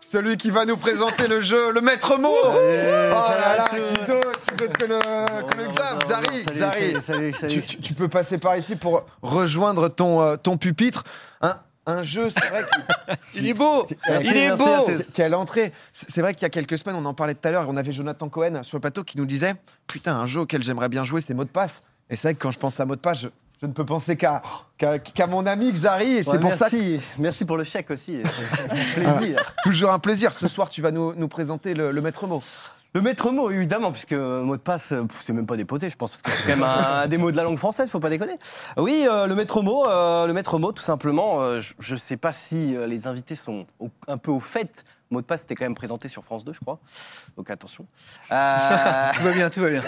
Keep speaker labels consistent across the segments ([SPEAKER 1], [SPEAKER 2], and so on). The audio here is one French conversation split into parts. [SPEAKER 1] celui qui va nous présenter le jeu, le maître mot. oh là là, qui d'autre, qui d'autre que le, que le Xav, Xari, Xari.
[SPEAKER 2] Oh, Salut,
[SPEAKER 1] Tu, tu- tu peux passer par ici pour rejoindre ton, euh, ton pupitre. Un, un jeu, c'est vrai qu'il
[SPEAKER 3] Il est beau Il est
[SPEAKER 2] merci,
[SPEAKER 3] beau
[SPEAKER 2] merci.
[SPEAKER 1] Quelle entrée C'est c'est vrai qu'il y a quelques semaines, on en parlait tout à l'heure, et on avait Jonathan Cohen sur le plateau qui nous disait Putain, un jeu auquel j'aimerais bien jouer, c'est mot de passe. Et c'est vrai que quand je pense à mot de passe, je, je ne peux penser qu'à qu'à- qu'à mon ami Xari, et c'est
[SPEAKER 2] Ouais,
[SPEAKER 1] pour ça que
[SPEAKER 2] merci. Merci pour le chèque aussi. C'est un Plaisir.
[SPEAKER 1] toujours un plaisir. Ce soir, tu vas nous, nous présenter le, le maître mot.
[SPEAKER 2] Le maître mot, évidemment, puisque mot de passe, euh, pff, c'est même pas déposé, je pense, parce que c'est quand même un des mots de la langue française, faut pas déconner. Oui, euh, le maître mot, euh, le maître mot, tout simplement. euh, je, je sais pas si euh, les invités sont au- un peu au fait. Mot de passe était quand même présenté sur France 2, je crois. Donc attention. Euh,
[SPEAKER 3] Tout va bien, tout va bien.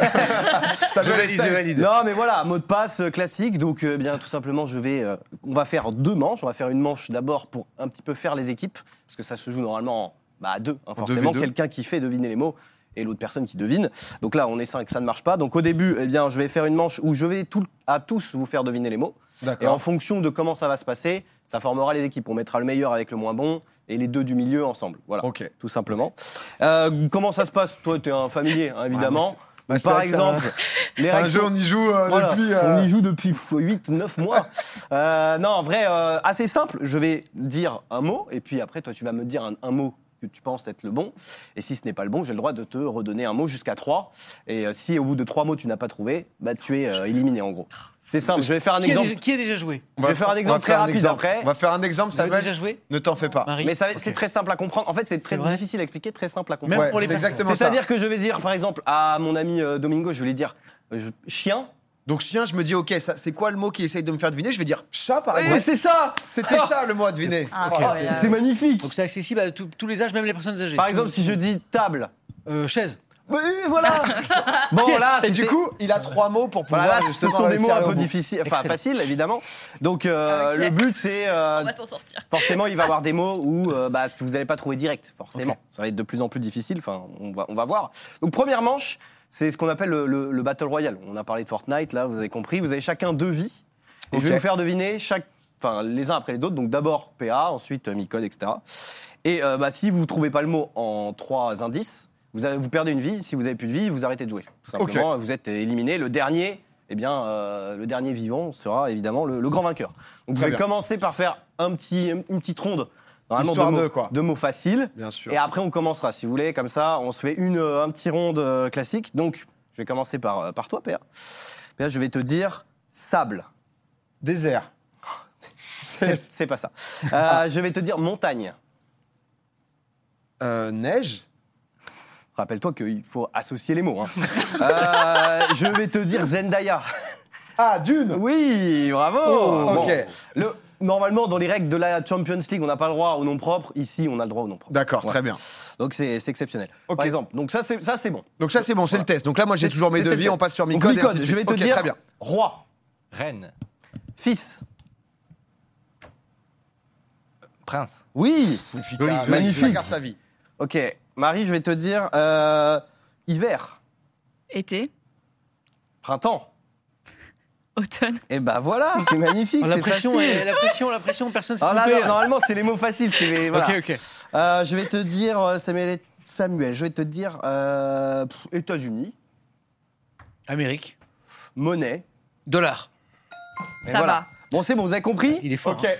[SPEAKER 3] Je valide, je valide.
[SPEAKER 2] Non, mais voilà, mot de passe euh, classique. Donc, euh, eh bien, tout simplement, je vais. euh, on va faire deux manches. On va faire une manche d'abord pour un petit peu faire les équipes, parce que ça se joue normalement en- bah, à deux. hein, forcément,
[SPEAKER 1] 2v2.
[SPEAKER 2] quelqu'un qui fait deviner les mots et l'autre personne qui devine. Donc là, on est cinq, ça ne marche pas. Donc au début, eh bien, je vais faire une manche où je vais tout- à tous vous faire deviner les mots. Et en fonction de comment ça va se passer, ça formera les équipes. On mettra le meilleur avec le moins bon et les deux du milieu ensemble. Voilà,
[SPEAKER 1] Ok.
[SPEAKER 2] tout simplement. Euh, comment ça se passe Toi, tu es un familier, hein, évidemment.
[SPEAKER 1] mais c'est- bah,
[SPEAKER 2] Par
[SPEAKER 1] c'est vrai que ça-
[SPEAKER 2] exemple, les
[SPEAKER 1] Un
[SPEAKER 2] règles
[SPEAKER 1] jeu,
[SPEAKER 2] sont-
[SPEAKER 1] on y joue euh,
[SPEAKER 2] voilà,
[SPEAKER 1] depuis. euh,
[SPEAKER 2] On y joue depuis 8, 9 mois. Euh, non, en vrai, euh, assez simple. Je vais dire un mot, et puis après, toi, tu vas me dire un, un mot que tu penses être le bon. Et si ce n'est pas le bon, j'ai le droit de te redonner un mot jusqu'à 3. Et euh, si au bout de 3 mots, tu n'as pas trouvé, bah, tu es euh, éliminé, en gros. C'est simple. Je vais faire un
[SPEAKER 3] Qui a,
[SPEAKER 2] exemple.
[SPEAKER 3] déjà, qui a déjà joué
[SPEAKER 1] on
[SPEAKER 2] Je vais faire un
[SPEAKER 1] on
[SPEAKER 2] exemple très
[SPEAKER 1] faire un
[SPEAKER 2] rapide
[SPEAKER 1] exemple.
[SPEAKER 2] après.
[SPEAKER 1] On va faire un exemple,
[SPEAKER 3] Vous avez
[SPEAKER 1] Samuel.
[SPEAKER 3] déjà joué,
[SPEAKER 1] Ne t'en fais pas.
[SPEAKER 3] Marie
[SPEAKER 2] Ah, Mais ça, c'est
[SPEAKER 3] Ok.
[SPEAKER 2] très simple à comprendre. En fait, c'est très
[SPEAKER 3] vrai
[SPEAKER 2] difficile à expliquer, très simple à comprendre.
[SPEAKER 3] Même
[SPEAKER 1] Ouais,
[SPEAKER 3] pour les
[SPEAKER 1] c'est
[SPEAKER 3] personnes.
[SPEAKER 1] exactement ça.
[SPEAKER 2] C'est-à-dire que je vais dire, par exemple, à mon ami euh, Domingo, je vais lui dire euh, je- chien.
[SPEAKER 1] Donc, chien, je me dis Ok, ça- c'est quoi le mot qui essaye de me faire deviner Je vais dire chat, par
[SPEAKER 2] Oui,
[SPEAKER 1] exemple.
[SPEAKER 2] c'est ça
[SPEAKER 1] C'était chat le mot à deviner.
[SPEAKER 4] Ah,
[SPEAKER 1] Oh,
[SPEAKER 4] ouais,
[SPEAKER 1] c'est-
[SPEAKER 4] ouais,
[SPEAKER 2] C'est magnifique
[SPEAKER 3] Euh, Donc c'est accessible à tous tous les âges, même les personnes âgées.
[SPEAKER 2] Par exemple, si je dis table.
[SPEAKER 3] Euh, chaise.
[SPEAKER 2] Bah oui, voilà Bon,
[SPEAKER 3] Yes.
[SPEAKER 2] là,
[SPEAKER 1] Et du
[SPEAKER 2] Ah, c'était-
[SPEAKER 1] coup, il a trois mots pour pouvoir
[SPEAKER 2] voilà, là, ce
[SPEAKER 1] justement
[SPEAKER 2] sont des
[SPEAKER 1] réussir
[SPEAKER 2] mots
[SPEAKER 1] à
[SPEAKER 2] un
[SPEAKER 1] aller au
[SPEAKER 2] peu
[SPEAKER 1] bout.
[SPEAKER 2] difficiles, enfin
[SPEAKER 3] Excellent.
[SPEAKER 2] faciles évidemment. Donc euh,
[SPEAKER 4] Ok.
[SPEAKER 2] le but c'est euh,
[SPEAKER 4] On va s'en sortir.
[SPEAKER 2] forcément il va y avoir des mots où euh, bah, vous n'allez pas trouver direct forcément. Ça va être de plus en plus difficile. Enfin on va on va voir. Donc première manche c'est ce qu'on appelle le, le- le battle royale. On a parlé de Fortnite là, vous avez compris. Vous avez chacun deux vies et je vais
[SPEAKER 1] Ok.
[SPEAKER 2] vous faire deviner chaque, enfin les uns après les autres. Donc d'abord PA, ensuite euh, micode, etc. Et euh, bah, si vous trouvez pas le mot en trois indices, vous, avez- vous perdez une vie. Si vous avez plus de vie, vous arrêtez de jouer. Tout simplement, vous êtes éliminé. Le dernier, eh bien, euh, le dernier vivant sera évidemment le, le grand vainqueur. Donc,
[SPEAKER 1] Très
[SPEAKER 2] je vais
[SPEAKER 1] bien.
[SPEAKER 2] commencer par faire un petit, une petite ronde. Normalement,
[SPEAKER 1] Histoire
[SPEAKER 2] de mots,
[SPEAKER 1] de, quoi.
[SPEAKER 2] mots faciles.
[SPEAKER 1] Bien sûr.
[SPEAKER 2] Et après, on commencera, si vous voulez. Comme ça, on se fait une, euh, un petit ronde euh, classique. Donc, je vais commencer par, euh, par toi, PA. PA, je vais te dire sable.
[SPEAKER 1] Désert.
[SPEAKER 2] C'est c'est pas ça. Euh, Je vais te dire montagne.
[SPEAKER 1] Euh, neige.
[SPEAKER 2] Rappelle-toi qu'il faut associer les mots. hein. Euh, je vais te dire Zendaya.
[SPEAKER 1] Ah, dune.
[SPEAKER 2] Oui, bravo.
[SPEAKER 1] Oh,
[SPEAKER 2] Bon.
[SPEAKER 1] ok.
[SPEAKER 2] Le- normalement, dans les règles de la Champions League, on n'a pas le droit au nom propre. Ici, on a le droit au nom propre.
[SPEAKER 1] D'accord,
[SPEAKER 2] Ouais.
[SPEAKER 1] très bien.
[SPEAKER 2] Donc c'est c'est exceptionnel.
[SPEAKER 1] Ok.
[SPEAKER 2] Par exemple, donc ça c'est ça c'est bon.
[SPEAKER 1] Donc ça c'est bon, c'est
[SPEAKER 2] Voilà.
[SPEAKER 1] le test. Donc là moi j'ai
[SPEAKER 2] C'est-
[SPEAKER 1] toujours mes
[SPEAKER 2] c'était le
[SPEAKER 1] devis,
[SPEAKER 2] test.
[SPEAKER 1] on passe sur
[SPEAKER 2] Donc,
[SPEAKER 1] Micode. et ainsi
[SPEAKER 2] Micode,
[SPEAKER 1] de
[SPEAKER 2] je vais
[SPEAKER 1] suite.
[SPEAKER 2] te
[SPEAKER 1] Ok,
[SPEAKER 2] dire
[SPEAKER 1] très bien.
[SPEAKER 2] roi,
[SPEAKER 5] Reine,
[SPEAKER 2] fils.
[SPEAKER 5] prince,
[SPEAKER 2] Oui.
[SPEAKER 1] Ah,
[SPEAKER 2] oui. Magnifique.
[SPEAKER 1] Regarde sa vie.
[SPEAKER 2] Ok. Marie, je vais te dire euh, hiver,
[SPEAKER 4] Été,
[SPEAKER 2] printemps.
[SPEAKER 4] automne.
[SPEAKER 2] Et ben voilà, c'est magnifique.
[SPEAKER 3] la
[SPEAKER 2] c'est
[SPEAKER 3] pression,
[SPEAKER 2] facile.
[SPEAKER 3] est- la pression, la pression, personne s'est
[SPEAKER 2] Ah là,
[SPEAKER 3] trompé.
[SPEAKER 2] non, normalement, c'est les mots faciles. c'est les- voilà.
[SPEAKER 3] Ok, ok.
[SPEAKER 2] Euh, je vais te dire, euh, Samuel, Samuel, je vais te dire euh, pff, États-Unis,
[SPEAKER 3] Amérique.
[SPEAKER 2] monnaie.
[SPEAKER 3] Dollar.
[SPEAKER 2] Et
[SPEAKER 4] Ça
[SPEAKER 2] voilà.
[SPEAKER 4] va.
[SPEAKER 2] Bon, c'est bon, vous avez compris
[SPEAKER 3] Il est fort.
[SPEAKER 1] Ok,
[SPEAKER 3] hein.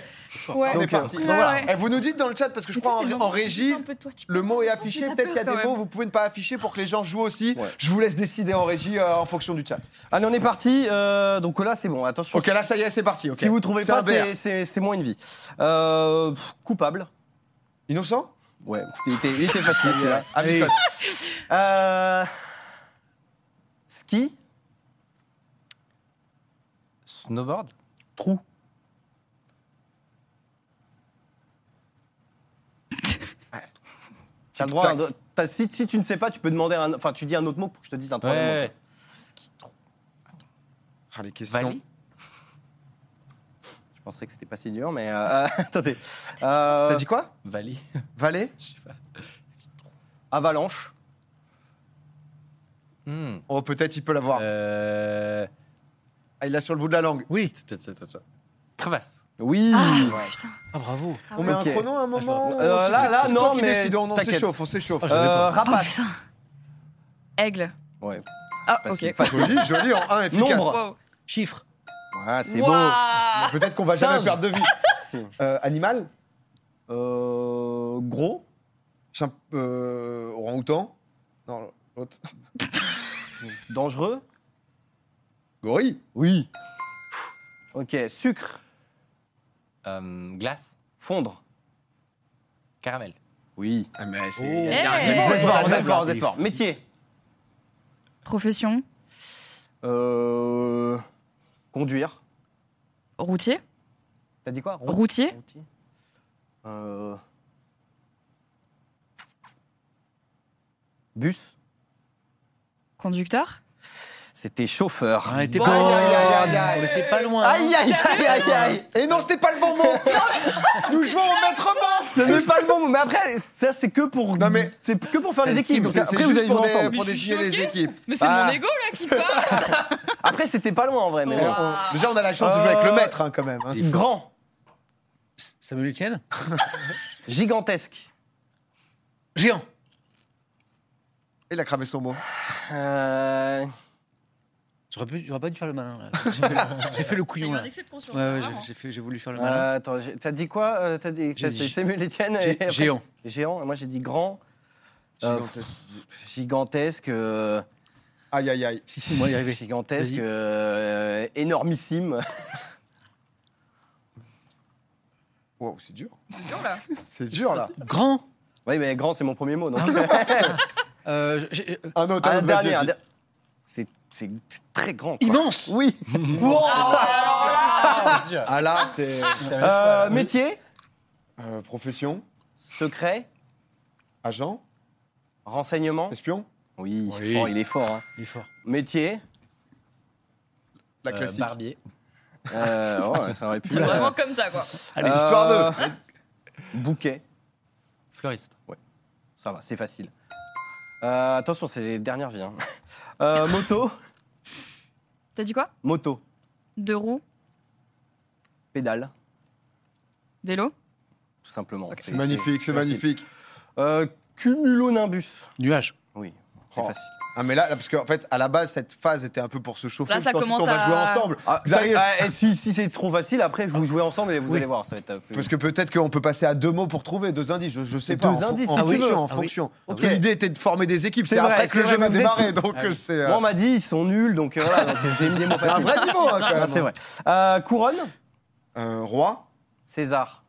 [SPEAKER 4] Ouais.
[SPEAKER 1] on est
[SPEAKER 2] Donc,
[SPEAKER 1] parti.
[SPEAKER 2] euh, donc voilà.
[SPEAKER 4] Ouais, ouais.
[SPEAKER 1] Eh, vous nous dites dans le chat parce que je
[SPEAKER 4] Mais tu sais,
[SPEAKER 1] crois en,
[SPEAKER 4] c'est le
[SPEAKER 1] en
[SPEAKER 4] moment où tu
[SPEAKER 1] régie.
[SPEAKER 4] fais un peu de toi, tu
[SPEAKER 1] Le
[SPEAKER 4] peux-
[SPEAKER 1] mot est
[SPEAKER 4] Oh,
[SPEAKER 1] affiché,
[SPEAKER 4] j'ai pas
[SPEAKER 1] peut-être qu'il y a
[SPEAKER 4] peur,
[SPEAKER 1] des
[SPEAKER 4] quand
[SPEAKER 1] mots,
[SPEAKER 4] même.
[SPEAKER 1] vous pouvez ne pas afficher pour que les gens jouent aussi.
[SPEAKER 2] Ouais.
[SPEAKER 1] Je vous laisse décider en régie euh, en fonction du chat.
[SPEAKER 2] Allez, on est parti. euh, donc là, c'est bon, attention.
[SPEAKER 1] Ok, là ça y est, c'est parti. ok.
[SPEAKER 2] Si vous trouvez
[SPEAKER 1] C'est
[SPEAKER 2] pas,
[SPEAKER 1] un BR.
[SPEAKER 2] c'est- c'est c'est moins une vie. Euh, pff, coupable.
[SPEAKER 1] Innocent
[SPEAKER 2] Ouais, il était, il était facile. celui-là.
[SPEAKER 1] Ah, Micode.
[SPEAKER 2] Euh, ski,
[SPEAKER 5] snowboard,
[SPEAKER 2] trou. T'as le droit. à un- t'as- si, si tu ne sais pas, tu peux demander. un- Enfin, tu dis un autre mot pour que je te dise un troisième mot.
[SPEAKER 5] ouais,
[SPEAKER 1] Ah, les questions.
[SPEAKER 5] vallée,
[SPEAKER 2] Je pensais que c'était pas si dur, mais euh, attendez. Euh,
[SPEAKER 1] T'as dit quoi
[SPEAKER 3] hein.
[SPEAKER 5] vallée,
[SPEAKER 1] Vallée
[SPEAKER 5] je sais pas.
[SPEAKER 2] avalanche.
[SPEAKER 5] Hmm,
[SPEAKER 1] Oh, peut-être il peut l'avoir.
[SPEAKER 5] euh,
[SPEAKER 1] Ah, il l'a sur le bout de la langue.
[SPEAKER 3] Oui.
[SPEAKER 5] tut, tut, tut, tut. Crevasse,
[SPEAKER 2] Oui.
[SPEAKER 4] Ah, putain.
[SPEAKER 3] Ah, bravo.
[SPEAKER 4] Ah
[SPEAKER 1] On
[SPEAKER 4] ouais.
[SPEAKER 1] met
[SPEAKER 2] Ok.
[SPEAKER 1] un chrono à un moment
[SPEAKER 2] Euh,
[SPEAKER 1] ou c'est-
[SPEAKER 2] là, là,
[SPEAKER 1] c'est
[SPEAKER 2] non,
[SPEAKER 1] toi qui
[SPEAKER 2] mais
[SPEAKER 1] décides, on, on
[SPEAKER 2] t'inquiète.
[SPEAKER 1] s'échauffe, on s'échauffe.
[SPEAKER 3] Oh, je l'avais
[SPEAKER 2] Euh,
[SPEAKER 3] pas.
[SPEAKER 4] Oh,
[SPEAKER 2] rapace.
[SPEAKER 4] putain. Aigle.
[SPEAKER 2] Ouais.
[SPEAKER 4] Ah,
[SPEAKER 2] Facile,
[SPEAKER 4] ok.
[SPEAKER 2] facile.
[SPEAKER 1] Joli, joli en 1 efficace.
[SPEAKER 2] Nombre.
[SPEAKER 4] Wow.
[SPEAKER 3] Chiffre.
[SPEAKER 2] Ouais, Ah, c'est beau.
[SPEAKER 4] Waouh.
[SPEAKER 1] Peut-être qu'on va jamais
[SPEAKER 2] Singe.
[SPEAKER 1] perdre de vie.
[SPEAKER 2] Si.
[SPEAKER 1] Euh, animal
[SPEAKER 2] Euh, gros.
[SPEAKER 1] Chimp- euh, Orang-outan Non, l'autre.
[SPEAKER 2] Dangereux.
[SPEAKER 1] Gorille
[SPEAKER 2] Oui. Ok. Sucre.
[SPEAKER 5] Euh, glace.
[SPEAKER 2] Fondre.
[SPEAKER 5] Caramel.
[SPEAKER 2] Oui.
[SPEAKER 1] Ah, mais c'est.
[SPEAKER 3] Oh.
[SPEAKER 1] y
[SPEAKER 4] Eh.
[SPEAKER 1] a- y a- y a-
[SPEAKER 4] Hey.
[SPEAKER 2] Vous êtes fort, vous êtes
[SPEAKER 1] table,
[SPEAKER 2] fort,
[SPEAKER 1] hein.
[SPEAKER 2] vous êtes fort. Métier.
[SPEAKER 4] Profession.
[SPEAKER 2] Euh, conduire.
[SPEAKER 4] Routier.
[SPEAKER 2] T'as dit quoi
[SPEAKER 1] Oh.
[SPEAKER 4] Routier.
[SPEAKER 2] Routier. Euh, Bus.
[SPEAKER 4] Conducteur.
[SPEAKER 2] C'était chauffeur.
[SPEAKER 5] Ah,
[SPEAKER 3] On était
[SPEAKER 4] Bon.
[SPEAKER 3] pas
[SPEAKER 1] Aïe,
[SPEAKER 3] loin.
[SPEAKER 1] aïe, aïe, aïe, aïe.
[SPEAKER 3] On était pas loin. hein.
[SPEAKER 2] Aïe aïe aïe aïe aïe
[SPEAKER 1] Et non, c'était pas le bon mot Nous jouons au maître mot
[SPEAKER 2] Ce n'est pas le bon mot, mais après, ça c'est que pour.
[SPEAKER 1] Non, mais-
[SPEAKER 2] C'est que pour faire les équipes.
[SPEAKER 1] C'est-
[SPEAKER 2] Donc,
[SPEAKER 1] c'est
[SPEAKER 2] après,
[SPEAKER 1] juste
[SPEAKER 2] vous allez jouer
[SPEAKER 1] pour des-
[SPEAKER 2] ensemble.
[SPEAKER 1] Pour
[SPEAKER 4] Mais je suis
[SPEAKER 1] désigner les
[SPEAKER 4] choquée.
[SPEAKER 1] équipe.
[SPEAKER 4] Mais c'est
[SPEAKER 2] Ah.
[SPEAKER 4] mon ego là qui parle.
[SPEAKER 2] Après, c'était pas loin en vrai, mais.
[SPEAKER 1] Mais Euh, on- Déjà, on a la chance de jouer avec le maître, hein, quand même. hein.
[SPEAKER 2] Grand,
[SPEAKER 3] Samuel Etienne
[SPEAKER 2] gigantesque.
[SPEAKER 3] Géant.
[SPEAKER 1] Il a cramé son mot.
[SPEAKER 2] Euh,
[SPEAKER 3] J'aurais pu- j'aurais pas dû faire le malin. là. J'ai fait le couillon là. Ouais,
[SPEAKER 4] Ah,
[SPEAKER 3] ouais, j'ai- j'ai fait- j'ai voulu faire le malin.
[SPEAKER 2] euh, attends, j'ai- t'as dit quoi euh, T'as dit
[SPEAKER 3] J'ai
[SPEAKER 2] t'as-
[SPEAKER 3] dit-
[SPEAKER 2] c'est Samuel Etienne et
[SPEAKER 3] Gé-
[SPEAKER 2] après-
[SPEAKER 3] Géant.
[SPEAKER 2] Géant, et moi j'ai dit grand, Euh,
[SPEAKER 1] Gigantesque.
[SPEAKER 2] gigantesque. euh,
[SPEAKER 1] Aïe, aïe, aïe.
[SPEAKER 3] Si, si, moi y arrivais.
[SPEAKER 2] Gigantesque,
[SPEAKER 3] Vas-y.
[SPEAKER 2] euh, énormissime.
[SPEAKER 1] Wow, c'est dur. C'est dur, là.
[SPEAKER 3] Grand.
[SPEAKER 2] Oui, mais grand, c'est mon premier mot. Donc.
[SPEAKER 3] Euh, j'ai- euh,
[SPEAKER 1] Un autre,
[SPEAKER 2] Ah,
[SPEAKER 1] un
[SPEAKER 2] un
[SPEAKER 1] autre.
[SPEAKER 2] dernier,
[SPEAKER 1] vas-y,
[SPEAKER 2] un
[SPEAKER 1] vas-y.
[SPEAKER 2] der- C'est c'est très grand. quoi.
[SPEAKER 3] immense.
[SPEAKER 2] Oui.
[SPEAKER 1] Ah là, c'est.
[SPEAKER 2] Euh, métier,
[SPEAKER 1] Euh, profession,
[SPEAKER 2] secret,
[SPEAKER 1] agent,
[SPEAKER 2] renseignement.
[SPEAKER 1] espion
[SPEAKER 2] Oui,
[SPEAKER 3] Oui.
[SPEAKER 2] oh, il est fort. hein.
[SPEAKER 3] Il est fort.
[SPEAKER 2] Métier.
[SPEAKER 1] La
[SPEAKER 5] Euh,
[SPEAKER 1] classique.
[SPEAKER 5] barbier.
[SPEAKER 2] euh, oh, ça aurait pu.
[SPEAKER 4] C'est vraiment comme ça quoi.
[SPEAKER 1] Allez, histoire
[SPEAKER 2] de. Bouquet.
[SPEAKER 5] Fleuriste.
[SPEAKER 2] Ça va, c'est facile. Euh, attention, c'est les dernières vies. hein. Euh, moto.
[SPEAKER 4] T'as dit quoi
[SPEAKER 2] Moto.
[SPEAKER 4] Deux roues,
[SPEAKER 2] Pédale,
[SPEAKER 4] vélo,
[SPEAKER 2] tout simplement.
[SPEAKER 1] C'est
[SPEAKER 2] C'est-
[SPEAKER 1] magnifique, c'est
[SPEAKER 2] facile.
[SPEAKER 1] magnifique.
[SPEAKER 2] Euh, cumulonimbus.
[SPEAKER 3] Nuage.
[SPEAKER 2] Oui, c'est
[SPEAKER 1] Oh.
[SPEAKER 2] facile.
[SPEAKER 1] Ah, mais là, là, parce qu'en fait, à la base, cette phase était un peu pour se chauffer.
[SPEAKER 4] Là, ça
[SPEAKER 1] Je pense que
[SPEAKER 4] commence
[SPEAKER 1] on va jouer
[SPEAKER 4] à-
[SPEAKER 1] ensemble.
[SPEAKER 2] Ah,
[SPEAKER 1] Xavier,
[SPEAKER 2] ça- ah, et si si c'est trop facile, après, vous jouez ensemble et vous
[SPEAKER 3] Oui.
[SPEAKER 2] allez voir, ça va être euh, plus...
[SPEAKER 1] Parce que peut-être qu'on peut passer à deux mots pour trouver, deux indices, je, je sais
[SPEAKER 2] Deux
[SPEAKER 1] pas. en fon-
[SPEAKER 2] indices,
[SPEAKER 1] en,
[SPEAKER 2] si tu
[SPEAKER 1] fonction.
[SPEAKER 2] veux.
[SPEAKER 1] En
[SPEAKER 3] Ah oui.
[SPEAKER 1] fonction. Parce que
[SPEAKER 2] Ok.
[SPEAKER 1] L'idée était de former des équipes,
[SPEAKER 2] C'est
[SPEAKER 1] c'est
[SPEAKER 2] vrai,
[SPEAKER 1] après que
[SPEAKER 2] c'est
[SPEAKER 1] le jeu
[SPEAKER 2] vrai,
[SPEAKER 1] va
[SPEAKER 2] vous êtes
[SPEAKER 1] démarrer,
[SPEAKER 2] tous-
[SPEAKER 1] donc
[SPEAKER 3] Ah oui.
[SPEAKER 1] c'est. euh,
[SPEAKER 2] Moi, on m'a dit, ils sont nuls, donc euh, voilà, donc j'ai mis des mots
[SPEAKER 1] c'est un
[SPEAKER 2] faciles.
[SPEAKER 1] vrai niveau, hein, quand
[SPEAKER 2] Ah,
[SPEAKER 1] même.
[SPEAKER 2] c'est vrai. Euh, couronne, bah-
[SPEAKER 1] Euh, roi,
[SPEAKER 2] César.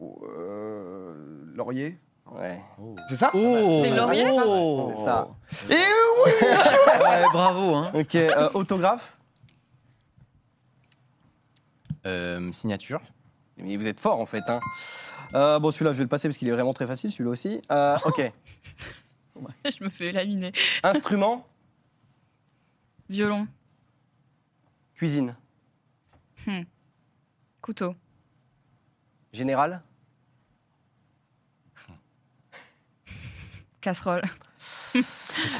[SPEAKER 1] euh, laurier,
[SPEAKER 2] Ouais.
[SPEAKER 1] c'est ça
[SPEAKER 3] Oh.
[SPEAKER 4] C'était laurier
[SPEAKER 2] Ah
[SPEAKER 3] Oh.
[SPEAKER 2] C'est ça.
[SPEAKER 1] Et oui
[SPEAKER 3] Ouais, bravo. Hein.
[SPEAKER 2] Ok, euh, autographe.
[SPEAKER 5] Euh, signature.
[SPEAKER 2] Mais vous êtes fort en fait. Hein. Euh, bon, celui-là, je vais le passer parce qu'il est vraiment très facile, celui-là aussi. Euh, ok.
[SPEAKER 4] je me fais laminer.
[SPEAKER 2] Instrument,
[SPEAKER 4] Violon,
[SPEAKER 2] cuisine,
[SPEAKER 4] couteau,
[SPEAKER 2] général,
[SPEAKER 4] casserole.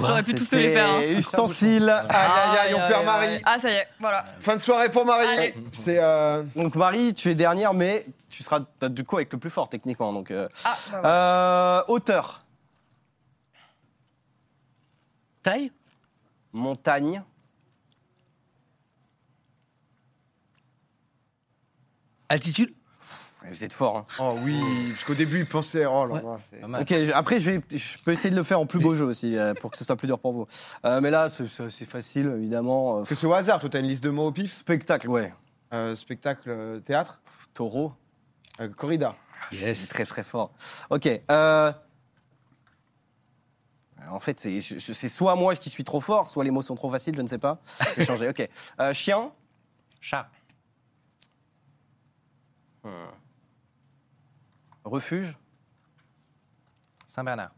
[SPEAKER 4] J'aurais pu tous te les faire. hein.
[SPEAKER 2] C'était Ustensile. Ah.
[SPEAKER 1] Aïe, aïe, aïe, on perd Marie.
[SPEAKER 4] Ah, ça y est, voilà.
[SPEAKER 1] Fin de soirée pour Marie.
[SPEAKER 4] Allez.
[SPEAKER 1] C'est. euh,
[SPEAKER 2] Donc Marie, tu es dernière, mais tu seras t'as du coup avec le plus fort techniquement. Donc euh,
[SPEAKER 4] Ah, bah voilà.
[SPEAKER 2] euh, hauteur,
[SPEAKER 3] Taille.
[SPEAKER 2] montagne.
[SPEAKER 3] Altitude.
[SPEAKER 2] Vous êtes fort. hein.
[SPEAKER 1] Oh oui, parce qu'au début, il pensait. Oh là
[SPEAKER 3] Ouais.
[SPEAKER 1] là, c'est-
[SPEAKER 5] Pas mal.
[SPEAKER 2] Ok, je- après je, vais, je peux essayer de le faire en plus beau jeu aussi euh, pour que ce soit plus dur pour vous. Euh, mais là, c'est- c'est c'est facile évidemment. Euh,
[SPEAKER 1] Que c'est au hasard, toi, t'as une liste de mots au pif
[SPEAKER 2] spectacle, ouais.
[SPEAKER 1] Euh, Spectacle, euh, théâtre,
[SPEAKER 2] Taureau,
[SPEAKER 1] euh, corrida.
[SPEAKER 2] c'est très très fort. Ok. euh, En fait, c'est- je- c'est soit moi qui suis trop fort, soit les mots sont trop faciles, je ne sais pas. Je vais changer. Ok. Euh, chien,
[SPEAKER 5] Chat.
[SPEAKER 2] refuge.
[SPEAKER 5] Saint-Bernard.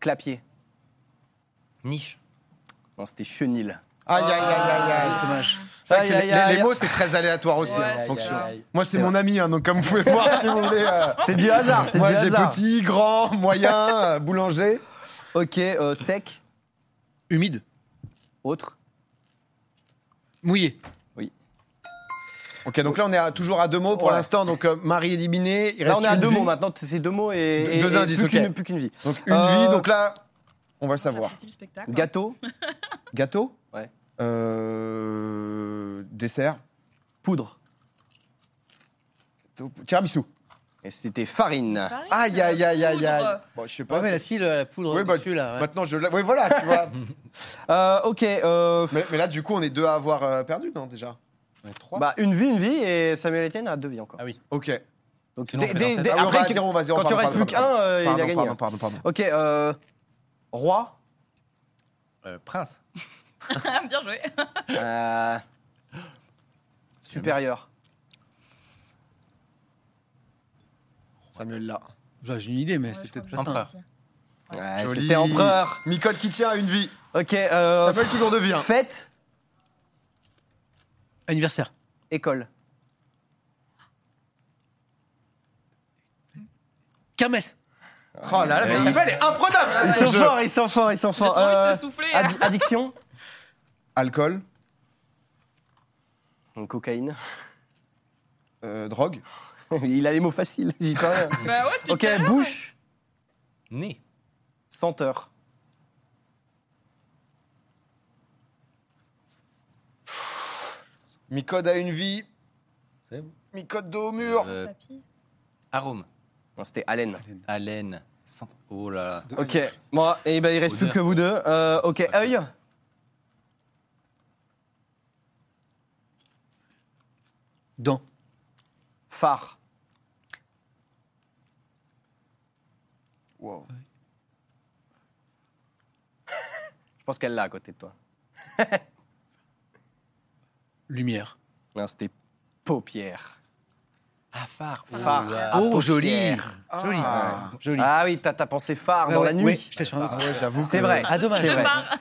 [SPEAKER 2] Clapier.
[SPEAKER 5] Niche.
[SPEAKER 2] Non, c'était chenil.
[SPEAKER 1] Aïe, aïe, aïe, aïe, aïe.
[SPEAKER 3] Ah, Dommage.
[SPEAKER 1] C'est vrai
[SPEAKER 2] Aïe,
[SPEAKER 1] que
[SPEAKER 2] aïe,
[SPEAKER 1] les,
[SPEAKER 2] aïe,
[SPEAKER 1] les- les
[SPEAKER 2] aïe.
[SPEAKER 1] mots, c'est très aléatoire aussi.
[SPEAKER 4] Ouais,
[SPEAKER 1] hein, en
[SPEAKER 4] aïe,
[SPEAKER 1] fonction.
[SPEAKER 4] aïe, aïe.
[SPEAKER 1] Moi, c'est
[SPEAKER 2] C'est
[SPEAKER 1] mon ami, hein, donc comme vous pouvez voir, si vous voulez. euh,
[SPEAKER 2] C'est du hasard, c'est du
[SPEAKER 1] moi, j'ai
[SPEAKER 2] hasard.
[SPEAKER 1] petit, grand, moyen, euh, boulanger.
[SPEAKER 2] Ok, euh, sec.
[SPEAKER 3] Humide.
[SPEAKER 2] Autre.
[SPEAKER 3] Mouillé.
[SPEAKER 1] Ok, donc là, on est à- toujours à deux mots pour
[SPEAKER 2] Ouais.
[SPEAKER 1] l'instant. Donc, euh, Marie éliminée. Il
[SPEAKER 2] Là,
[SPEAKER 1] reste
[SPEAKER 2] on est à
[SPEAKER 1] une
[SPEAKER 2] deux
[SPEAKER 1] vie.
[SPEAKER 2] mots maintenant. C'est deux mots et.
[SPEAKER 1] Deux
[SPEAKER 2] et- et
[SPEAKER 1] indices,
[SPEAKER 2] plus
[SPEAKER 1] ok.
[SPEAKER 2] qu'une- Plus qu'une vie.
[SPEAKER 1] Donc, une
[SPEAKER 2] Euh,
[SPEAKER 1] vie. Donc là, on va le savoir.
[SPEAKER 4] C'est le spectacle.
[SPEAKER 2] Gâteau,
[SPEAKER 1] Gâteau
[SPEAKER 2] Ouais.
[SPEAKER 1] Euh, dessert.
[SPEAKER 2] poudre.
[SPEAKER 1] Gâteau, Tiramisu.
[SPEAKER 2] Et c'était farine.
[SPEAKER 4] Pareil,
[SPEAKER 1] Aïe,
[SPEAKER 4] ça.
[SPEAKER 1] aïe, aïe, aïe, aïe.
[SPEAKER 4] Poudre.
[SPEAKER 1] Bon, je sais pas.
[SPEAKER 3] Ouais, mais la scie, la la poudre
[SPEAKER 1] Oui, bah,
[SPEAKER 3] dessus, là. ouais.
[SPEAKER 1] Maintenant, je. la- Oui, voilà, tu vois.
[SPEAKER 2] Euh, ok. euh,
[SPEAKER 1] mais, mais là, du coup, on est deux à avoir euh, perdu, non, déjà
[SPEAKER 3] Ouais, trois.
[SPEAKER 2] Bah, une vie, une vie, et Samuel Etienne a deux vies encore.
[SPEAKER 5] Ah oui.
[SPEAKER 1] Ok.
[SPEAKER 2] Donc,
[SPEAKER 5] Sinon,
[SPEAKER 2] dès-
[SPEAKER 5] on fait
[SPEAKER 2] dès-
[SPEAKER 5] dans
[SPEAKER 2] dès-
[SPEAKER 5] cette-
[SPEAKER 1] Ah oui, on va
[SPEAKER 2] après,
[SPEAKER 1] à zéro, on va à zéro.
[SPEAKER 2] quand il
[SPEAKER 1] pardon,
[SPEAKER 2] reste
[SPEAKER 1] pardon,
[SPEAKER 2] plus
[SPEAKER 1] pardon.
[SPEAKER 2] qu'un, euh, il a
[SPEAKER 1] Pardon,
[SPEAKER 2] gagné.
[SPEAKER 1] Pardon, pardon, pardon.
[SPEAKER 2] Ok, euh, roi.
[SPEAKER 5] Euh, prince.
[SPEAKER 4] Bien joué.
[SPEAKER 2] euh, supérieur.
[SPEAKER 1] Samuel, là.
[SPEAKER 3] Bah, J'ai une idée, mais
[SPEAKER 4] Ouais,
[SPEAKER 3] c'est
[SPEAKER 4] je crois
[SPEAKER 3] peut-être pas
[SPEAKER 4] que j'ai
[SPEAKER 3] ça.
[SPEAKER 5] Empereur.
[SPEAKER 4] aussi.
[SPEAKER 2] Ouais,
[SPEAKER 1] Joli.
[SPEAKER 2] c'était empereur.
[SPEAKER 1] Micode qui tient à une vie.
[SPEAKER 2] Ok, euh,
[SPEAKER 1] Samuel, toujours de vie. hein.
[SPEAKER 2] fête,
[SPEAKER 3] Anniversaire.
[SPEAKER 2] école.
[SPEAKER 3] Kermesse.
[SPEAKER 1] Oh là là, mais
[SPEAKER 2] Ouais,
[SPEAKER 1] Samuel est imprenable
[SPEAKER 2] Ils
[SPEAKER 1] ce
[SPEAKER 2] sont
[SPEAKER 1] Ah, jeu.
[SPEAKER 2] forts, ils sont forts, ils sont
[SPEAKER 4] J'ai
[SPEAKER 2] forts.
[SPEAKER 4] trop envie
[SPEAKER 2] Euh,
[SPEAKER 4] de te souffler.
[SPEAKER 1] hein.
[SPEAKER 2] addi- addiction.
[SPEAKER 1] Alcool,
[SPEAKER 2] Cocaïne.
[SPEAKER 1] euh, drogue,
[SPEAKER 2] il a les mots faciles, j'y peux rien.
[SPEAKER 4] Bah ouais, depuis
[SPEAKER 2] Ok,
[SPEAKER 4] tout à l'heure,
[SPEAKER 2] bouche,
[SPEAKER 5] Nez.
[SPEAKER 2] senteur.
[SPEAKER 1] Micode à une vie,
[SPEAKER 5] C'est bon.
[SPEAKER 1] Micode dos au mur.
[SPEAKER 4] ouais.
[SPEAKER 5] Euh,
[SPEAKER 4] Papy.
[SPEAKER 5] arôme.
[SPEAKER 2] Non, c'était haleine.
[SPEAKER 5] Haleine. Centre. Oh là là.
[SPEAKER 1] Euh,
[SPEAKER 2] Ok, moi, et ben il reste plus que vous deux. Euh, ok, œil.
[SPEAKER 3] Dent.
[SPEAKER 2] Phare.
[SPEAKER 1] Wow.
[SPEAKER 2] Je pense qu'elle l'a à côté de toi.
[SPEAKER 3] Lumière.
[SPEAKER 2] Non, c'était paupière.
[SPEAKER 5] Ah, phare. Oh,
[SPEAKER 2] Phare.
[SPEAKER 5] là.
[SPEAKER 2] Ah,
[SPEAKER 3] Oh, joli.
[SPEAKER 2] paupière.
[SPEAKER 3] Joli.
[SPEAKER 1] Ah.
[SPEAKER 3] Joli.
[SPEAKER 2] Ah oui, t'as t'as pensé phare
[SPEAKER 3] Ouais,
[SPEAKER 2] dans
[SPEAKER 3] ouais,
[SPEAKER 2] la
[SPEAKER 3] ouais,
[SPEAKER 2] nuit.
[SPEAKER 3] je t'ai sur un autre.
[SPEAKER 1] j'avoue.
[SPEAKER 2] C'est
[SPEAKER 1] que-
[SPEAKER 2] vrai.
[SPEAKER 3] Ah, dommage.
[SPEAKER 2] C'est vrai.
[SPEAKER 4] pars.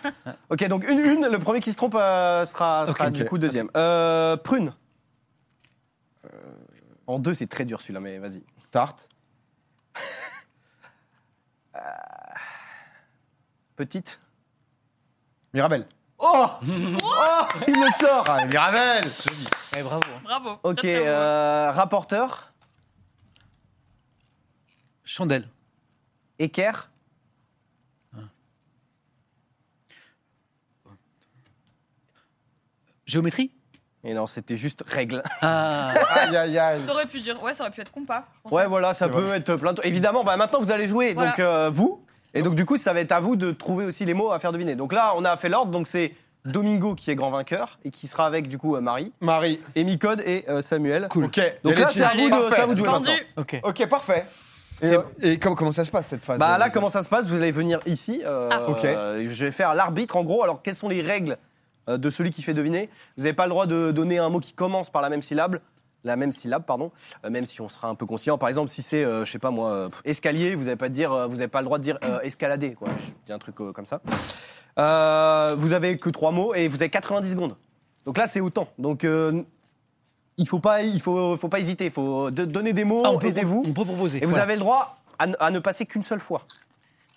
[SPEAKER 2] Ok, donc une, une. Le premier qui se trompe euh, sera, sera
[SPEAKER 1] Ok,
[SPEAKER 2] du
[SPEAKER 1] ok.
[SPEAKER 2] coup deuxième. Euh, prune. Euh, En deux, c'est très dur celui-là, mais vas-y.
[SPEAKER 1] Tarte,
[SPEAKER 2] Petite.
[SPEAKER 1] Mirabelle.
[SPEAKER 2] Oh Oh Il le sort
[SPEAKER 1] Ah, Mirabelle
[SPEAKER 3] Ouais, bravo. hein.
[SPEAKER 4] Bravo.
[SPEAKER 2] Ok,
[SPEAKER 4] Très, très bon.
[SPEAKER 2] euh, rapporteur.
[SPEAKER 3] Chandelle.
[SPEAKER 2] Équerre.
[SPEAKER 3] Géométrie.
[SPEAKER 2] Et non, c'était juste règle.
[SPEAKER 3] Ah.
[SPEAKER 1] Aïe, aïe, aïe.
[SPEAKER 4] T'aurais pu dire, ouais, ça aurait pu être compas. je pense.
[SPEAKER 2] Ouais, voilà, ça
[SPEAKER 1] C'est
[SPEAKER 2] peut être plein de. Évidemment, bah, maintenant vous allez jouer,
[SPEAKER 4] Voilà.
[SPEAKER 2] donc euh, vous. Et donc, du coup, ça va être à vous de trouver aussi les mots à faire deviner. Donc là, on a fait l'ordre, donc c'est Domingo qui est grand vainqueur et qui sera avec, du coup, euh, Marie,
[SPEAKER 1] Marie.
[SPEAKER 2] et Micode et euh, Samuel.
[SPEAKER 3] Cool.
[SPEAKER 1] Ok.
[SPEAKER 2] Donc
[SPEAKER 1] Et
[SPEAKER 2] là,
[SPEAKER 1] les
[SPEAKER 2] c'est à
[SPEAKER 1] tirs.
[SPEAKER 2] vous de-
[SPEAKER 1] Parfait.
[SPEAKER 2] c'est à vous de jouer.
[SPEAKER 4] Vendu.
[SPEAKER 2] maintenant.
[SPEAKER 3] Ok.
[SPEAKER 1] Ok, parfait. Et,
[SPEAKER 2] C'est
[SPEAKER 1] euh, et comment, comment ça se passe cette phase
[SPEAKER 2] Bah
[SPEAKER 1] euh,
[SPEAKER 2] là, comment ça se passe Vous allez venir ici. euh,
[SPEAKER 4] Ah.
[SPEAKER 1] Ok.
[SPEAKER 2] euh, je vais faire l'arbitre, en gros. Alors, quelles sont les règles euh, de celui qui fait deviner Vous n'avez pas le droit de donner un mot qui commence par la même syllabe. La même syllabe, pardon, euh, même si on sera un peu conciliant. Par exemple, si c'est, euh, je sais pas moi, euh, pff, escalier, vous n'avez pas, de dire, euh, vous avez pas le droit de dire euh, escalader, quoi. Je dis un truc euh, comme ça. Euh, vous avez que trois mots et vous avez 90 secondes. Donc là, c'est autant. Donc euh, il faut pas, il faut, faut pas hésiter. Il faut de- donner des mots,
[SPEAKER 3] Ah, on, peut,
[SPEAKER 2] aidez-vous.
[SPEAKER 3] on peut proposer.
[SPEAKER 2] Et vous
[SPEAKER 3] Voilà.
[SPEAKER 2] avez le droit à ne, à ne passer qu'une seule fois.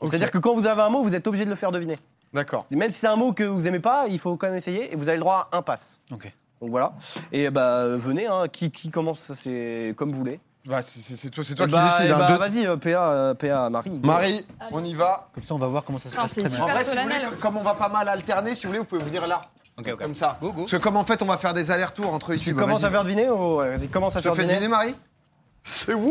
[SPEAKER 2] C'est-à-dire que quand vous avez un mot, vous êtes obligé de le faire deviner.
[SPEAKER 1] D'accord.
[SPEAKER 2] Même si c'est un mot que vous aimez pas, il faut quand même essayer. Et vous avez le droit à un pass.
[SPEAKER 3] Ok.
[SPEAKER 2] Donc voilà. Et bah euh, venez, hein, qui, qui commence, ça, c'est comme vous voulez.
[SPEAKER 1] Bah, c'est- c'est c'est toi, c'est toi
[SPEAKER 2] Eh bah,
[SPEAKER 1] qui décides.
[SPEAKER 2] eh
[SPEAKER 1] hein,
[SPEAKER 2] bah,
[SPEAKER 1] deux-
[SPEAKER 2] Vas-y, euh, PA, euh, PA, Marie.
[SPEAKER 1] Marie,
[SPEAKER 4] Allez.
[SPEAKER 1] on y va.
[SPEAKER 3] Comme ça, on va voir comment ça se
[SPEAKER 4] Non,
[SPEAKER 3] passe.
[SPEAKER 4] Ah, c'est
[SPEAKER 3] Très
[SPEAKER 4] super.
[SPEAKER 1] En
[SPEAKER 3] bien.
[SPEAKER 1] vrai, si vous voulez,
[SPEAKER 4] personnel.
[SPEAKER 1] que- comme on va pas mal alterner, si vous voulez, vous pouvez venir là.
[SPEAKER 5] Ok, ok.
[SPEAKER 1] Comme ça.
[SPEAKER 5] Go, go.
[SPEAKER 1] Parce que comme en fait, on va faire des allers-retours entre ici. bah,
[SPEAKER 2] Tu commences à faire deviner ou... ouais, Vas-y, commence à
[SPEAKER 1] Je te
[SPEAKER 2] faire
[SPEAKER 1] fais
[SPEAKER 2] deviner.
[SPEAKER 1] deviner, Marie Ah. C'est waouh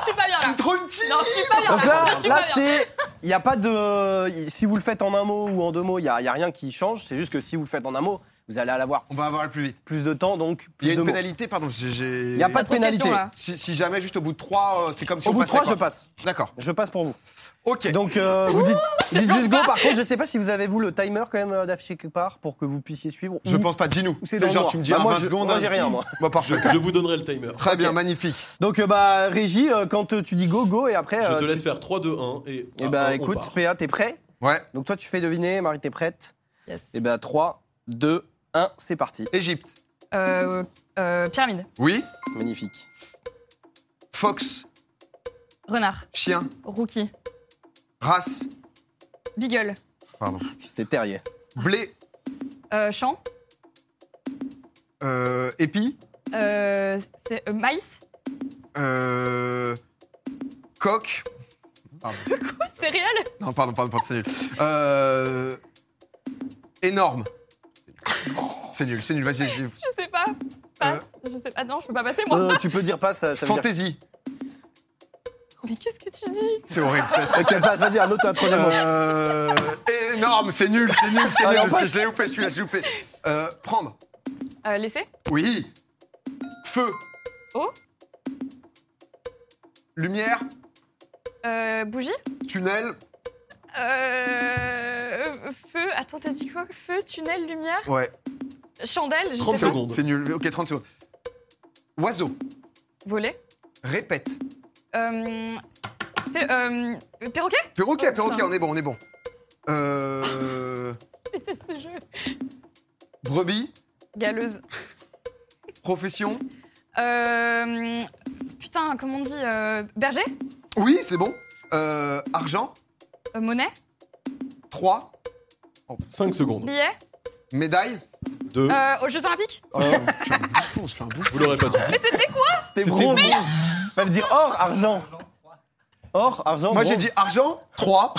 [SPEAKER 4] Je suis pas bien là.
[SPEAKER 1] Trop petit
[SPEAKER 4] Non, je suis pas bien
[SPEAKER 2] Donc là,
[SPEAKER 4] Je suis
[SPEAKER 2] là
[SPEAKER 4] pas Ah, bien.
[SPEAKER 2] c'est. Il n'y a pas de. Si vous le faites en un mot ou en deux mots, il n'y a, il y a rien qui change. C'est juste que si vous le faites en un mot, vous allez l'avoir
[SPEAKER 1] On va avoir le plus vite.
[SPEAKER 2] plus de temps, donc
[SPEAKER 1] Il y a
[SPEAKER 2] plus de
[SPEAKER 1] une
[SPEAKER 2] mots.
[SPEAKER 1] pénalité, pardon. Il
[SPEAKER 2] Il n'y a pas de
[SPEAKER 4] Trop de questions,
[SPEAKER 2] pénalité.
[SPEAKER 4] là.
[SPEAKER 1] Si, si jamais, juste au bout de 3, c'est comme si
[SPEAKER 2] Au
[SPEAKER 1] on
[SPEAKER 2] bout de
[SPEAKER 1] passait,
[SPEAKER 2] trois, je
[SPEAKER 1] quoi.
[SPEAKER 2] passe.
[SPEAKER 1] D'accord.
[SPEAKER 2] Je passe pour vous.
[SPEAKER 1] Ok.
[SPEAKER 2] Donc, euh, vous dites, vous dites juste go. Par contre, je sais pas si vous avez, vous, le timer quand même euh, d'afficher quelque part pour que vous puissiez suivre.
[SPEAKER 1] je
[SPEAKER 2] Ou-
[SPEAKER 1] pense pas, Ginou.
[SPEAKER 2] ou c'est dans le
[SPEAKER 1] Genre,
[SPEAKER 2] noir.
[SPEAKER 1] tu me dis ah,
[SPEAKER 2] Bah,
[SPEAKER 1] à
[SPEAKER 2] moi,
[SPEAKER 1] 20
[SPEAKER 2] je-
[SPEAKER 1] secondes.
[SPEAKER 2] moi, j'ai rien, moi.
[SPEAKER 1] Bah, parfait.
[SPEAKER 6] Je, je vous donnerai le timer.
[SPEAKER 1] Très bien, magnifique.
[SPEAKER 2] Donc, euh, bah, Régie, euh, quand euh, tu dis go, go, et après.
[SPEAKER 6] Je
[SPEAKER 2] euh,
[SPEAKER 6] te
[SPEAKER 2] tu-
[SPEAKER 6] laisse faire 3, 2, 1 et.
[SPEAKER 2] Eh
[SPEAKER 6] Ah,
[SPEAKER 2] bah,
[SPEAKER 6] on
[SPEAKER 2] écoute,
[SPEAKER 6] part.
[SPEAKER 2] PA, t'es prêt
[SPEAKER 1] Ouais.
[SPEAKER 2] Donc, toi, tu fais deviner. Marie, t'es prête
[SPEAKER 4] Yes.
[SPEAKER 2] Et bah, 3, 2, 1, c'est parti.
[SPEAKER 1] Égypte.
[SPEAKER 4] Euh, euh, pyramide,
[SPEAKER 1] Oui.
[SPEAKER 2] Magnifique.
[SPEAKER 1] Fox.
[SPEAKER 4] renard,
[SPEAKER 1] Chien.
[SPEAKER 4] rookie,
[SPEAKER 1] Race.
[SPEAKER 4] beagle,
[SPEAKER 1] Pardon.
[SPEAKER 2] C'était terrier.
[SPEAKER 1] Blé,
[SPEAKER 4] Euh, champ.
[SPEAKER 1] euh, épi,
[SPEAKER 4] Euh, c'est euh, maïs.
[SPEAKER 1] euh, coq. Pardon.
[SPEAKER 4] Céréales.
[SPEAKER 1] Non, pardon, pardon, pardon, c'est nul. Euh, énorme. C'est nul, c'est nul, vas-y, j'y vais.
[SPEAKER 4] Je sais pas. Passe. Je sais pas. Ah non, je peux pas passer moi.
[SPEAKER 2] Euh, tu peux dire passe, ça, ça veut dire.
[SPEAKER 1] Fantaisie.
[SPEAKER 4] Mais qu'est-ce que tu dis
[SPEAKER 1] C'est horrible. c'est- c'est-
[SPEAKER 2] Ok, passe, vas-y, un autre, un troisième mot.
[SPEAKER 1] Euh, énorme, c'est nul, c'est nul, c'est
[SPEAKER 2] Allez, on
[SPEAKER 1] nul.
[SPEAKER 2] passe.
[SPEAKER 1] Je l'ai loupé, celui-là, je l'ai loupé. Euh, prendre.
[SPEAKER 4] euh, Laisser.
[SPEAKER 1] Oui. Feu.
[SPEAKER 4] Eau.
[SPEAKER 1] Lumière.
[SPEAKER 4] Euh, bougie.
[SPEAKER 1] Tunnel.
[SPEAKER 4] Euh, feu. Attends, t'as dit quoi Feu, tunnel, lumière,
[SPEAKER 1] Ouais.
[SPEAKER 4] chandelle. Je
[SPEAKER 6] 30
[SPEAKER 4] sais pas.
[SPEAKER 6] secondes.
[SPEAKER 1] C'est nul. Ok, 30 secondes. Oiseau.
[SPEAKER 4] Volet.
[SPEAKER 1] Répète.
[SPEAKER 4] Euh, pe- euh, perroquet.
[SPEAKER 1] Perroquet,
[SPEAKER 4] Oh,
[SPEAKER 1] perroquet,
[SPEAKER 4] putain.
[SPEAKER 1] on est bon, on est bon. Euh,
[SPEAKER 4] C'était ce jeu.
[SPEAKER 1] brebis.
[SPEAKER 4] Galeuse.
[SPEAKER 1] Profession.
[SPEAKER 4] Euh, putain, comment on dit euh, Berger.
[SPEAKER 1] Oui, c'est bon. Euh, argent.
[SPEAKER 4] Euh, monnaie.
[SPEAKER 1] 3.
[SPEAKER 6] 5 secondes.
[SPEAKER 4] Billet.
[SPEAKER 1] Médaille.
[SPEAKER 6] 2.
[SPEAKER 1] Ah.
[SPEAKER 4] Euh, aux Jeux Olympiques.
[SPEAKER 1] Oh, tu es un bouffon, c'est un bouffon.
[SPEAKER 6] Vous l'aurez pas sorti.
[SPEAKER 2] C'était bronze. Fallait dire or, argent. Or, argent.
[SPEAKER 1] Moi j'ai
[SPEAKER 2] bronze.
[SPEAKER 1] dit argent, 3.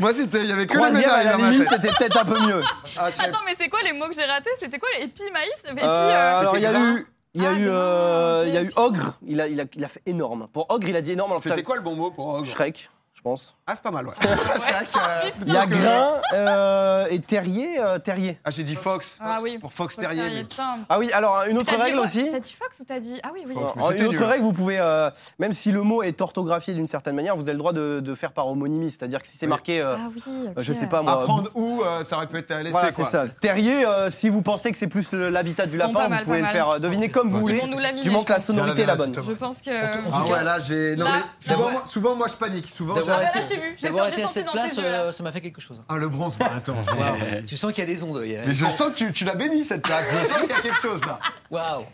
[SPEAKER 1] Moi c'était, il y avait que les
[SPEAKER 2] Troisième, à
[SPEAKER 1] médailles
[SPEAKER 2] la
[SPEAKER 1] dans ma
[SPEAKER 2] limite,
[SPEAKER 1] tête.
[SPEAKER 2] c'était peut-être un peu mieux.
[SPEAKER 1] Ah, je sais-
[SPEAKER 4] Attends, mais c'est quoi les mots que j'ai ratés C'était quoi les épi, maïs Et puis,
[SPEAKER 2] Euh,
[SPEAKER 4] euh,
[SPEAKER 2] alors, il y a
[SPEAKER 1] grain.
[SPEAKER 2] eu. Il y a
[SPEAKER 4] Ah,
[SPEAKER 2] eu,
[SPEAKER 4] grain,
[SPEAKER 2] euh, il y a
[SPEAKER 4] ok.
[SPEAKER 2] eu ogre. Il a, il a, il a fait énorme. Pour ogre, il a dit énorme. Alors,
[SPEAKER 1] C'était
[SPEAKER 2] putain,
[SPEAKER 1] quoi le bon mot pour ogre
[SPEAKER 2] Shrek, je pense.
[SPEAKER 1] Ah, c'est pas mal, ouais. C'est vrai que-
[SPEAKER 2] Il y a grain euh, et terrier, euh, terrier.
[SPEAKER 1] Ah, j'ai dit Fox.
[SPEAKER 4] Ah oui.
[SPEAKER 1] Pour Fox
[SPEAKER 4] faut faire
[SPEAKER 1] Terrier.
[SPEAKER 4] les
[SPEAKER 1] mais-
[SPEAKER 4] timbres.
[SPEAKER 2] Ah oui, alors une autre
[SPEAKER 4] T'as dit
[SPEAKER 2] règle
[SPEAKER 4] quoi
[SPEAKER 2] aussi.
[SPEAKER 4] T'as dit Fox ou t'as dit Ah oui, oui.
[SPEAKER 1] Fox.
[SPEAKER 2] Alors,
[SPEAKER 1] Oh, C'était
[SPEAKER 2] une autre
[SPEAKER 1] nul.
[SPEAKER 2] règle, vous pouvez, euh, même si le mot est orthographié d'une certaine manière, vous avez le droit de, de faire par homonymie, c'est-à-dire que si c'est
[SPEAKER 1] Oui.
[SPEAKER 2] marqué, euh,
[SPEAKER 4] Ah oui.
[SPEAKER 2] euh,
[SPEAKER 4] ok.
[SPEAKER 2] je sais pas moi,
[SPEAKER 1] Apprendre où, euh, ça aurait pu être à laisser,
[SPEAKER 2] voilà, c'est
[SPEAKER 1] quoi.
[SPEAKER 2] ça. Terrier, euh, si vous pensez que c'est plus le- l'habitat du
[SPEAKER 4] Bon,
[SPEAKER 2] lapin,
[SPEAKER 4] pas
[SPEAKER 2] vous
[SPEAKER 4] mal,
[SPEAKER 2] pouvez
[SPEAKER 4] pas
[SPEAKER 2] le
[SPEAKER 4] mal.
[SPEAKER 2] faire euh, deviner comme vous voulez.
[SPEAKER 4] On nous l'a mis.
[SPEAKER 2] Du manque la sonorité est la bonne.
[SPEAKER 4] Je pense que.
[SPEAKER 1] Ah ouais, là, j'ai. Non,
[SPEAKER 4] Là,
[SPEAKER 1] mais souvent,
[SPEAKER 3] d'avoir-
[SPEAKER 1] moi, souvent, moi, je panique. Souvent,
[SPEAKER 3] d'avoir-
[SPEAKER 1] j'ai-
[SPEAKER 4] Ah bah là, je t'ai vu. J'ai
[SPEAKER 3] D'avoir été
[SPEAKER 4] j'ai
[SPEAKER 3] à
[SPEAKER 4] senti
[SPEAKER 3] cette
[SPEAKER 4] dans tes
[SPEAKER 3] place,
[SPEAKER 4] yeux. là.
[SPEAKER 3] euh, ça m'a fait quelque chose.
[SPEAKER 1] Ah, le bronze, bah, attends. waouh.
[SPEAKER 3] Tu sens qu'il y a des ondes. il y a-
[SPEAKER 1] Mais je sens que tu, tu l'as béni, cette place. Je sens qu'il y a quelque chose, là.
[SPEAKER 3] Waouh.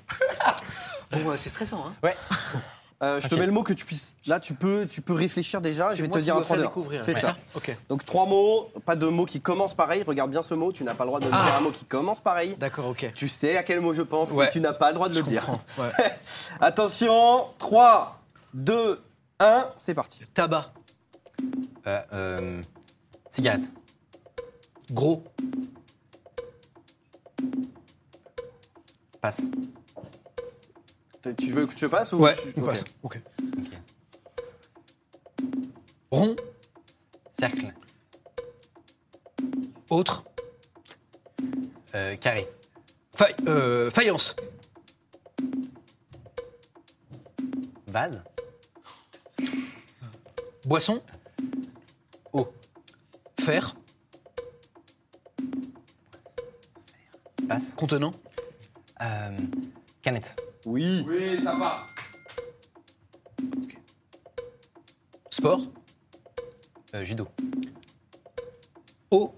[SPEAKER 3] Bon, euh, c'est stressant. Hein.
[SPEAKER 2] Euh, je te
[SPEAKER 3] Ok.
[SPEAKER 2] mets le mot que tu puisses. Là, tu peux, tu peux réfléchir déjà.
[SPEAKER 3] C'est
[SPEAKER 2] Ah, Je vais te
[SPEAKER 3] moi qui
[SPEAKER 2] dire
[SPEAKER 3] dois
[SPEAKER 2] un trois
[SPEAKER 3] faire
[SPEAKER 2] d'heure.
[SPEAKER 3] découvrir,
[SPEAKER 2] C'est
[SPEAKER 3] ouais.
[SPEAKER 2] ça.
[SPEAKER 3] Ok.
[SPEAKER 2] Donc trois mots, pas de mots qui commencent pareil. Regarde bien ce mot. Tu n'as pas le droit de me
[SPEAKER 3] Ah.
[SPEAKER 2] dire un mot qui commence pareil.
[SPEAKER 3] D'accord, ok.
[SPEAKER 2] Tu sais à quel mot je pense.
[SPEAKER 3] Ouais.
[SPEAKER 2] et Tu n'as pas le droit de
[SPEAKER 3] Je
[SPEAKER 2] le dire.
[SPEAKER 3] comprends. Ouais.
[SPEAKER 2] Attention, 3, 2, 1, c'est parti.
[SPEAKER 3] Tabac.
[SPEAKER 5] Euh, euh, cigarette.
[SPEAKER 3] Gros.
[SPEAKER 5] Passe.
[SPEAKER 2] T- Tu veux que je passe ou tu-
[SPEAKER 3] on
[SPEAKER 2] ok.
[SPEAKER 3] passe. Ok. Rond.
[SPEAKER 5] Cercle.
[SPEAKER 3] Autre.
[SPEAKER 5] Euh, carré.
[SPEAKER 3] Faille- euh, faïence.
[SPEAKER 5] Vase.
[SPEAKER 3] Boisson.
[SPEAKER 5] Eau.
[SPEAKER 3] Fer.
[SPEAKER 5] Passe.
[SPEAKER 3] Contenant.
[SPEAKER 5] Euh, canette.
[SPEAKER 2] Oui.
[SPEAKER 1] Oui, ça va.
[SPEAKER 3] Sport.
[SPEAKER 5] Euh, judo.
[SPEAKER 3] Eau.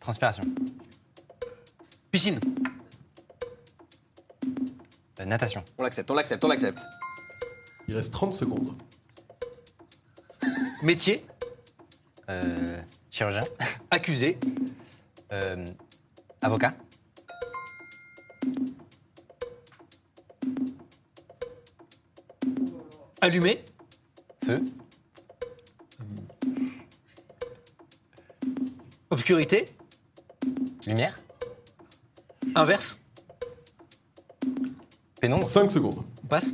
[SPEAKER 5] Transpiration.
[SPEAKER 3] Piscine.
[SPEAKER 5] Euh, natation.
[SPEAKER 2] On l'accepte, on l'accepte, on l'accepte.
[SPEAKER 6] Il reste 30 secondes.
[SPEAKER 3] Métier.
[SPEAKER 5] Euh, chirurgien.
[SPEAKER 3] Accusé.
[SPEAKER 5] Euh, avocat.
[SPEAKER 3] Allumé.
[SPEAKER 5] Feu.
[SPEAKER 3] Obscurité.
[SPEAKER 5] Lumière.
[SPEAKER 3] Inverse.
[SPEAKER 5] Pénombre.
[SPEAKER 6] 5 secondes.
[SPEAKER 3] On passe.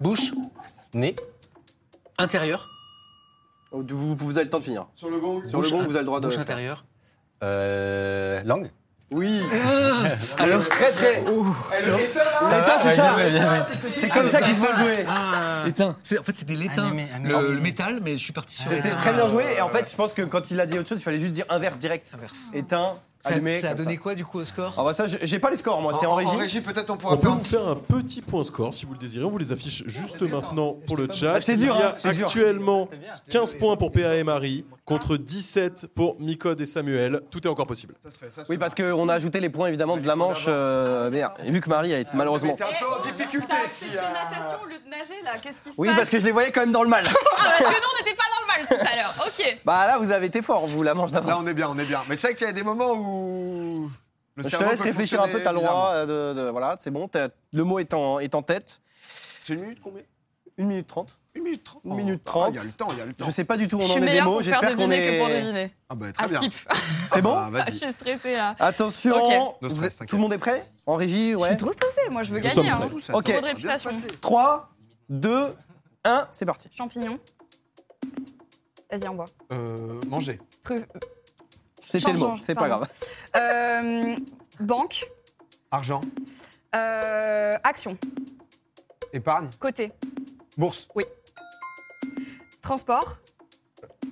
[SPEAKER 3] Bouche.
[SPEAKER 5] Nez.
[SPEAKER 3] Intérieur.
[SPEAKER 2] Oh, Vous, vous- vous avez le temps de finir.
[SPEAKER 1] Sur le gong.
[SPEAKER 2] Sur le
[SPEAKER 3] Bouche
[SPEAKER 2] bon,
[SPEAKER 3] in-
[SPEAKER 2] vous avez le droit de.
[SPEAKER 3] Bouche
[SPEAKER 2] le faire.
[SPEAKER 3] intérieure.
[SPEAKER 5] Euh, langue.
[SPEAKER 2] Oui.
[SPEAKER 3] Alors
[SPEAKER 2] Très très. Eh,
[SPEAKER 1] Elle est là.
[SPEAKER 2] L'étain, hein. c'est ça. C'est comme ça qu'il faut jouer.
[SPEAKER 3] Étain. C'est- En fait, c'était l'étain.
[SPEAKER 5] Animé, animé.
[SPEAKER 3] le, le métal, mais je suis parti sur
[SPEAKER 2] C'était
[SPEAKER 3] l'étain.
[SPEAKER 2] très bien joué. Et en fait, je pense que quand il a dit autre chose, il fallait juste dire inverse direct.
[SPEAKER 3] Inverse.
[SPEAKER 2] Éteint,
[SPEAKER 7] Ça,
[SPEAKER 2] allumé,
[SPEAKER 7] ça a
[SPEAKER 2] comme
[SPEAKER 7] donné
[SPEAKER 2] ça.
[SPEAKER 7] quoi du coup au score
[SPEAKER 2] Ah bah ça, j'ai j'ai pas les scores, moi, c'est en, régie.
[SPEAKER 1] peut-être on pourra
[SPEAKER 6] On peut
[SPEAKER 1] faire. Ah,
[SPEAKER 6] vous faire un petit point score si vous le désirez. On vous les affiche juste maintenant pour le chat.
[SPEAKER 2] Ah, c'est dur,
[SPEAKER 6] Il y
[SPEAKER 2] hein,
[SPEAKER 6] a
[SPEAKER 2] c'est dur.
[SPEAKER 6] actuellement 15 points pour PA et Marie contre 17 pour Micode et Samuel. Tout est encore possible.
[SPEAKER 1] Ça se fait, ça se
[SPEAKER 2] Oui,
[SPEAKER 1] fait.
[SPEAKER 2] parce qu'on a ajouté les points évidemment de la manche.
[SPEAKER 1] Ah,
[SPEAKER 2] euh, merde, Et vu que Marie a été malheureusement.
[SPEAKER 1] Mais t'es un peu en difficulté
[SPEAKER 4] T'as
[SPEAKER 1] si.
[SPEAKER 4] accepté
[SPEAKER 1] euh,
[SPEAKER 4] natation au lieu de nager là, qu'est-ce qui se
[SPEAKER 2] Oui,
[SPEAKER 4] passe
[SPEAKER 2] parce que je les voyais quand même dans le mal.
[SPEAKER 4] Ah, parce que nous on n'était pas dans le mal tout à l'heure, ok.
[SPEAKER 2] Bah là, vous avez été fort, vous, la manche
[SPEAKER 1] Là,
[SPEAKER 2] d'avant.
[SPEAKER 1] on est bien, on est bien. Mais c'est vrai qu'il y a des moments où. le
[SPEAKER 2] Je te
[SPEAKER 1] cerveau
[SPEAKER 2] laisse
[SPEAKER 1] peut
[SPEAKER 2] réfléchir un peu,
[SPEAKER 1] fonctionner
[SPEAKER 2] t'as le droit
[SPEAKER 1] bizarrement.
[SPEAKER 2] euh, de, de- Voilà, c'est bon, t'as- le mot est en, est en tête.
[SPEAKER 1] C'est une minute combien
[SPEAKER 2] 1 minute 30.
[SPEAKER 1] Une minute trente.
[SPEAKER 2] Une minute
[SPEAKER 1] Ah,
[SPEAKER 2] trente.
[SPEAKER 1] Il y a le temps, il y a le temps.
[SPEAKER 2] Je sais pas du tout où on
[SPEAKER 4] je suis
[SPEAKER 2] en est des
[SPEAKER 4] meilleure
[SPEAKER 2] mots,
[SPEAKER 4] pour faire
[SPEAKER 2] j'espère qu'on
[SPEAKER 4] deviner que pour
[SPEAKER 2] est.
[SPEAKER 4] deviner.
[SPEAKER 1] Ah bah très
[SPEAKER 4] Ah,
[SPEAKER 1] bien.
[SPEAKER 4] skip.
[SPEAKER 2] C'est bon
[SPEAKER 1] Ah,
[SPEAKER 4] je
[SPEAKER 1] Vas-y.
[SPEAKER 4] suis stressée là.
[SPEAKER 2] Attention
[SPEAKER 4] Ok.
[SPEAKER 1] No
[SPEAKER 2] Vous
[SPEAKER 1] stress,
[SPEAKER 2] êtes-
[SPEAKER 1] t'inquiète.
[SPEAKER 2] Tout le monde est prêt En régie,
[SPEAKER 4] Je suis
[SPEAKER 2] ouais.
[SPEAKER 4] trop stressée, moi je veux
[SPEAKER 6] Nous
[SPEAKER 4] gagner.
[SPEAKER 6] sommes
[SPEAKER 4] Hein.
[SPEAKER 6] prêts.
[SPEAKER 2] Ok.
[SPEAKER 4] Trop de réputation.
[SPEAKER 2] 3, 2, 1, c'est parti.
[SPEAKER 4] Champignons. Vas-y, on boit.
[SPEAKER 1] Euh, manger.
[SPEAKER 4] Tru-
[SPEAKER 2] C'était le mot,
[SPEAKER 4] Changeons,
[SPEAKER 2] c'est pas
[SPEAKER 4] pardon.
[SPEAKER 2] grave.
[SPEAKER 4] Euh, banque.
[SPEAKER 1] Argent.
[SPEAKER 4] Euh, action.
[SPEAKER 1] Épargne.
[SPEAKER 4] Côté.
[SPEAKER 1] Bourse.
[SPEAKER 4] Transport.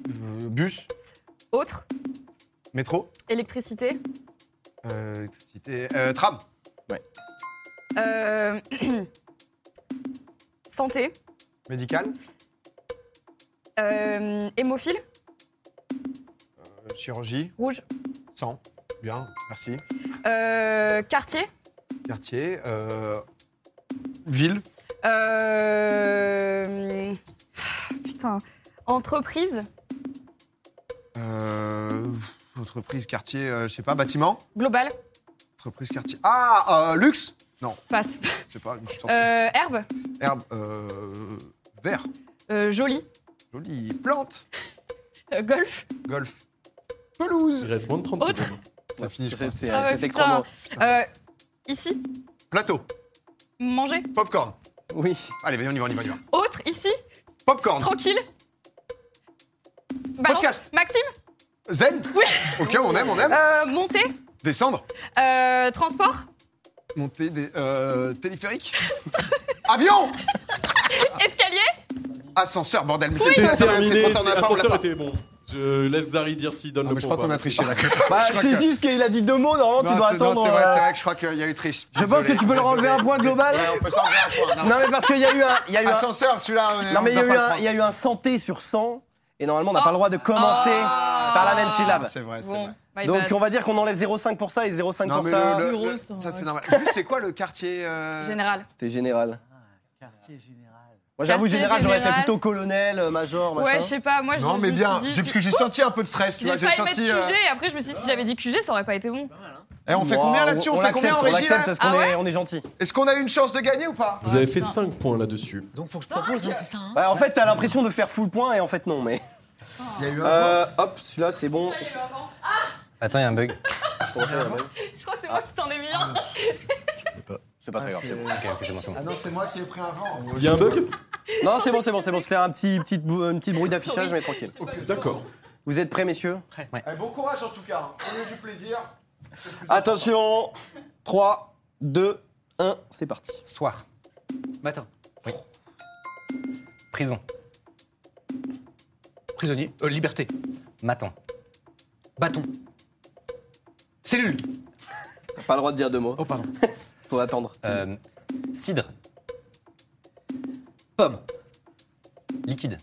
[SPEAKER 1] euh, bus.
[SPEAKER 4] Autre.
[SPEAKER 1] Métro.
[SPEAKER 4] Électricité.
[SPEAKER 1] Euh, électricité. Euh, tram.
[SPEAKER 4] Euh, santé.
[SPEAKER 1] Médical.
[SPEAKER 4] Euh, hémophile.
[SPEAKER 1] euh, chirurgie.
[SPEAKER 4] Rouge.
[SPEAKER 1] Sang. Bien, merci.
[SPEAKER 4] Euh, quartier.
[SPEAKER 1] Quartier. euh, ville.
[SPEAKER 4] Euh, putain. Entreprise.
[SPEAKER 1] euh, entreprise, quartier, euh, je sais pas, bâtiment.
[SPEAKER 4] Globale.
[SPEAKER 1] Entreprise, quartier. Ah, euh, luxe. Non,
[SPEAKER 4] Passe.
[SPEAKER 1] je sais pas. une sorte de
[SPEAKER 4] Euh, herbe.
[SPEAKER 1] Herbe. Euh, vert.
[SPEAKER 4] Euh, jolie.
[SPEAKER 1] Jolie. Plante.
[SPEAKER 4] Euh, golf.
[SPEAKER 1] Golf.
[SPEAKER 6] Il
[SPEAKER 1] Pelouse.
[SPEAKER 6] reste moins de 30
[SPEAKER 4] Autre.
[SPEAKER 6] secondes.
[SPEAKER 1] Ça finit, je
[SPEAKER 2] C'est-
[SPEAKER 1] crois.
[SPEAKER 2] c'est-
[SPEAKER 4] Ah ouais,
[SPEAKER 2] C'était
[SPEAKER 4] putain.
[SPEAKER 2] trois mots.
[SPEAKER 4] Euh, ici.
[SPEAKER 1] Plateau.
[SPEAKER 4] Manger.
[SPEAKER 1] Popcorn.
[SPEAKER 2] Oui.
[SPEAKER 1] Allez, vas-y, on y va, on y va, on y va.
[SPEAKER 4] Autre. Ici.
[SPEAKER 1] Popcorn.
[SPEAKER 4] Tranquille. Balance.
[SPEAKER 1] Podcast.
[SPEAKER 4] Maxime.
[SPEAKER 1] Zen.
[SPEAKER 4] Oui.
[SPEAKER 1] Ok, on aime, on aime.
[SPEAKER 4] Euh, montée.
[SPEAKER 1] Descendre.
[SPEAKER 4] Euh, transport.
[SPEAKER 1] Monter des euh, téléphériques. Avion.
[SPEAKER 2] Ah.
[SPEAKER 4] Escalier.
[SPEAKER 1] Ascenseur, bordel. Mais
[SPEAKER 6] C'est
[SPEAKER 1] pas intéressant,
[SPEAKER 6] terminé.
[SPEAKER 1] trop tard, on a pas, on l'a
[SPEAKER 6] L'ascenseur
[SPEAKER 1] pas.
[SPEAKER 6] était bon. Je laisse Zari dire s'il donne
[SPEAKER 1] Ah,
[SPEAKER 6] le
[SPEAKER 1] mais je crois
[SPEAKER 6] point ou
[SPEAKER 1] qu'on a
[SPEAKER 6] pas.
[SPEAKER 1] triché là.
[SPEAKER 2] Bah,
[SPEAKER 1] Je crois
[SPEAKER 2] c'est
[SPEAKER 1] que-
[SPEAKER 2] juste qu'il a dit deux mots, normalement tu
[SPEAKER 1] Non,
[SPEAKER 2] dois
[SPEAKER 1] c'est- non,
[SPEAKER 2] attendre.
[SPEAKER 1] C'est vrai,
[SPEAKER 2] euh,
[SPEAKER 1] c'est vrai que je crois qu'il y a eu triche.
[SPEAKER 2] Je pense
[SPEAKER 1] Désolé,
[SPEAKER 2] que tu peux leur
[SPEAKER 1] désolé.
[SPEAKER 2] enlever un point global.
[SPEAKER 1] Ouais, on peut s'enlever un point. non.
[SPEAKER 2] Non mais parce qu'il y a eu un, il y a eu un,
[SPEAKER 1] Ascenseur, celui-là. on est-
[SPEAKER 2] non mais
[SPEAKER 1] on
[SPEAKER 2] il y a
[SPEAKER 1] doit
[SPEAKER 2] eu
[SPEAKER 1] pas
[SPEAKER 2] un,
[SPEAKER 1] le Oh.
[SPEAKER 2] il y a eu un santé sur 100 et normalement on n'a pas le droit de commencer
[SPEAKER 4] Ah.
[SPEAKER 2] par la même
[SPEAKER 1] prendre.
[SPEAKER 2] syllabe.
[SPEAKER 1] C'est vrai, c'est
[SPEAKER 4] Bon, bah,
[SPEAKER 1] vrai.
[SPEAKER 4] my
[SPEAKER 2] Donc
[SPEAKER 4] bad.
[SPEAKER 2] on va dire qu'on enlève 0,5 pour ça et 0,5
[SPEAKER 1] Non,
[SPEAKER 2] pour
[SPEAKER 1] mais
[SPEAKER 2] ça.
[SPEAKER 1] le-
[SPEAKER 7] Euros,
[SPEAKER 1] le-
[SPEAKER 7] ça,
[SPEAKER 1] ça c'est
[SPEAKER 7] ouais.
[SPEAKER 1] normal. Juste, c'est quoi le quartier euh,
[SPEAKER 4] Général.
[SPEAKER 2] C'était général.
[SPEAKER 3] Quartier général.
[SPEAKER 2] Moi j'avoue
[SPEAKER 4] Quartier
[SPEAKER 2] général j'aurais fait
[SPEAKER 4] général.
[SPEAKER 2] plutôt colonel, euh, major, machin.
[SPEAKER 4] Ouais, je sais pas, moi je.
[SPEAKER 1] Non,
[SPEAKER 4] je
[SPEAKER 1] mais
[SPEAKER 4] me
[SPEAKER 1] bien.
[SPEAKER 4] suis dit-
[SPEAKER 1] C'est parce que j'ai senti un peu de stress, tu
[SPEAKER 4] J'ai
[SPEAKER 1] vois. J'ai
[SPEAKER 4] failli mettre
[SPEAKER 1] senti. euh,
[SPEAKER 4] QG et après je me suis dit si j'avais dit QG ça aurait pas été bon.
[SPEAKER 1] Eh, on fait
[SPEAKER 2] Wow,
[SPEAKER 1] combien là-dessus On fait combien en
[SPEAKER 2] l'accepte,
[SPEAKER 1] régie
[SPEAKER 2] On
[SPEAKER 1] là
[SPEAKER 2] l'accepte parce qu'on
[SPEAKER 4] Ah
[SPEAKER 2] est, on est gentil.
[SPEAKER 1] Est-ce qu'on a une chance de gagner ou pas
[SPEAKER 6] Vous avez fait 5 points là-dessus.
[SPEAKER 7] Donc faut que je propose, hein, c'est ça hein
[SPEAKER 2] Bah, en fait t'as l'impression de faire full point et en fait non mais.
[SPEAKER 1] Il y a eu un.
[SPEAKER 2] Euh, hop celui-là c'est bon.
[SPEAKER 1] Oh.
[SPEAKER 5] Attends, il y a un bug.
[SPEAKER 4] Je crois que c'est moi qui t'en ai mis un.
[SPEAKER 2] C'est pas très grave. c'est bon.
[SPEAKER 5] Ok, ok, c'est bon, c'est bon.
[SPEAKER 1] Ah non, c'est moi qui ai pris un vent.
[SPEAKER 6] Il y a un bug
[SPEAKER 2] Non c'est bon c'est bon c'est bon. Je fais un petit, petit, bou- un petit bruit d'affichage mais tranquille.
[SPEAKER 6] D'accord.
[SPEAKER 2] Vous êtes prêts messieurs
[SPEAKER 1] Eh, bon courage en tout cas. hein. Prenez du plaisir.
[SPEAKER 2] Attention 3, 2, 1, c'est parti.
[SPEAKER 5] Soir.
[SPEAKER 3] Matin.
[SPEAKER 5] Prison.
[SPEAKER 3] Prisonnier. Euh, liberté.
[SPEAKER 5] Matin.
[SPEAKER 3] Bâton. Cellule.
[SPEAKER 2] T'as pas le droit de dire deux mots,
[SPEAKER 3] Oh, pardon.
[SPEAKER 2] faut attendre.
[SPEAKER 5] Euh, cidre.
[SPEAKER 3] Pomme.
[SPEAKER 5] Liquide.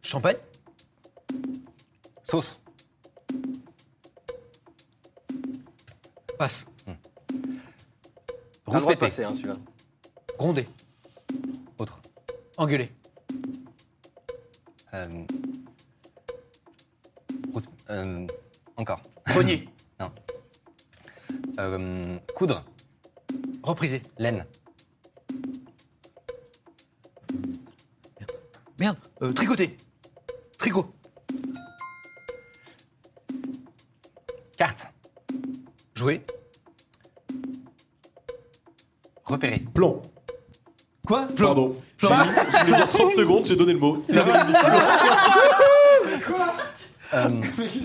[SPEAKER 3] Champagne.
[SPEAKER 5] Sauce.
[SPEAKER 3] Passe.
[SPEAKER 2] T'as le droit de
[SPEAKER 5] Rouspété.
[SPEAKER 2] passer hein, celui-là.
[SPEAKER 3] Grondé.
[SPEAKER 5] Autre.
[SPEAKER 3] Engueulé.
[SPEAKER 5] Euh, rousse- euh, encore.
[SPEAKER 3] Grogné.
[SPEAKER 5] Euh, coudre.
[SPEAKER 3] Reprisé.
[SPEAKER 5] Laine.
[SPEAKER 3] Merde. Euh, tricoté. Tricot.
[SPEAKER 5] Carte.
[SPEAKER 3] Joué.
[SPEAKER 5] Repérer.
[SPEAKER 6] Plan.
[SPEAKER 2] Quoi
[SPEAKER 6] Pardon. J'ai mis- Je voulais dire 30 secondes, j'ai donné le mot. C'est inadmissible.
[SPEAKER 5] Euh,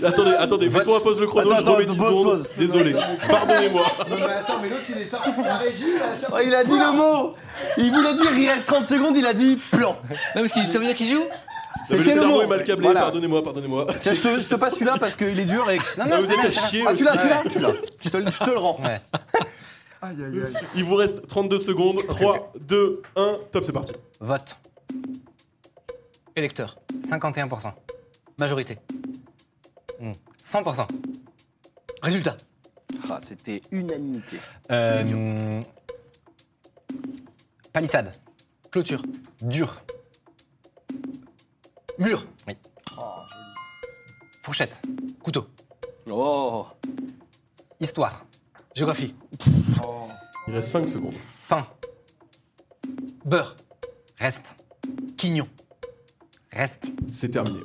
[SPEAKER 6] Attendez, attendez,
[SPEAKER 5] Vote.
[SPEAKER 6] mettons à pause le chrono,
[SPEAKER 2] Attends,
[SPEAKER 6] je remets
[SPEAKER 2] attends,
[SPEAKER 6] 10
[SPEAKER 2] pause,
[SPEAKER 6] secondes.
[SPEAKER 2] pause.
[SPEAKER 6] Désolé, pardonnez-moi.
[SPEAKER 1] Non, mais attends, mais l'autre il est sorti de sa régie. là, sur-
[SPEAKER 2] Oh, il a dit le mot Il voulait dire il reste 30 secondes, il a dit plan.
[SPEAKER 3] Non, parce qu'il ça veut dire qu'il joue
[SPEAKER 6] Le
[SPEAKER 2] C'était le
[SPEAKER 6] cerveau
[SPEAKER 2] mot.
[SPEAKER 6] est mal câblé,
[SPEAKER 2] Voilà.
[SPEAKER 6] pardonnez-moi, pardonnez-moi.
[SPEAKER 2] Tiens, je te, je te passe celui-là parce qu'il est dur et.
[SPEAKER 5] Non,
[SPEAKER 6] Ah,
[SPEAKER 5] non,
[SPEAKER 6] vous
[SPEAKER 5] c'est
[SPEAKER 6] êtes à
[SPEAKER 5] bien.
[SPEAKER 6] chier
[SPEAKER 2] Ah, tu l'as,
[SPEAKER 6] aussi.
[SPEAKER 2] tu l'as, tu l'as. Je te, je te le rends.
[SPEAKER 5] Ouais.
[SPEAKER 1] Aïe, aïe, aïe.
[SPEAKER 6] Il vous reste 32 secondes. 3, 2, 1, top, c'est parti.
[SPEAKER 5] Vote. Électeur. 51%.
[SPEAKER 3] Majorité.
[SPEAKER 5] Hmm. 100%.
[SPEAKER 3] Résultat.
[SPEAKER 2] Ah, C'était unanimité.
[SPEAKER 5] Euh, palissade.
[SPEAKER 3] Clôture.
[SPEAKER 5] Dur.
[SPEAKER 3] Mur.
[SPEAKER 1] Oh,
[SPEAKER 5] Fourchette.
[SPEAKER 3] Couteau.
[SPEAKER 2] Oh
[SPEAKER 5] Histoire.
[SPEAKER 3] Géographie.
[SPEAKER 6] Il reste 5 secondes.
[SPEAKER 5] Pain.
[SPEAKER 3] Beurre.
[SPEAKER 5] Reste.
[SPEAKER 3] Quignon.
[SPEAKER 5] Reste.
[SPEAKER 6] C'est terminé.